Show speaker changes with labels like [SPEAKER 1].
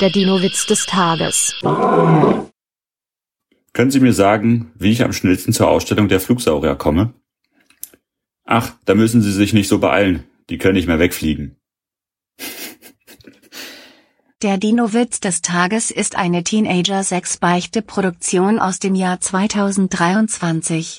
[SPEAKER 1] Der Dino-Witz des Tages.
[SPEAKER 2] Können Sie mir sagen, wie ich am schnellsten zur Ausstellung der Flugsaurier komme? Ach, da müssen Sie sich nicht so beeilen. Die können nicht mehr wegfliegen.
[SPEAKER 3] Der Dino-Witz des Tages ist eine Teenager-6-Beichte-Produktion aus dem Jahr 2023.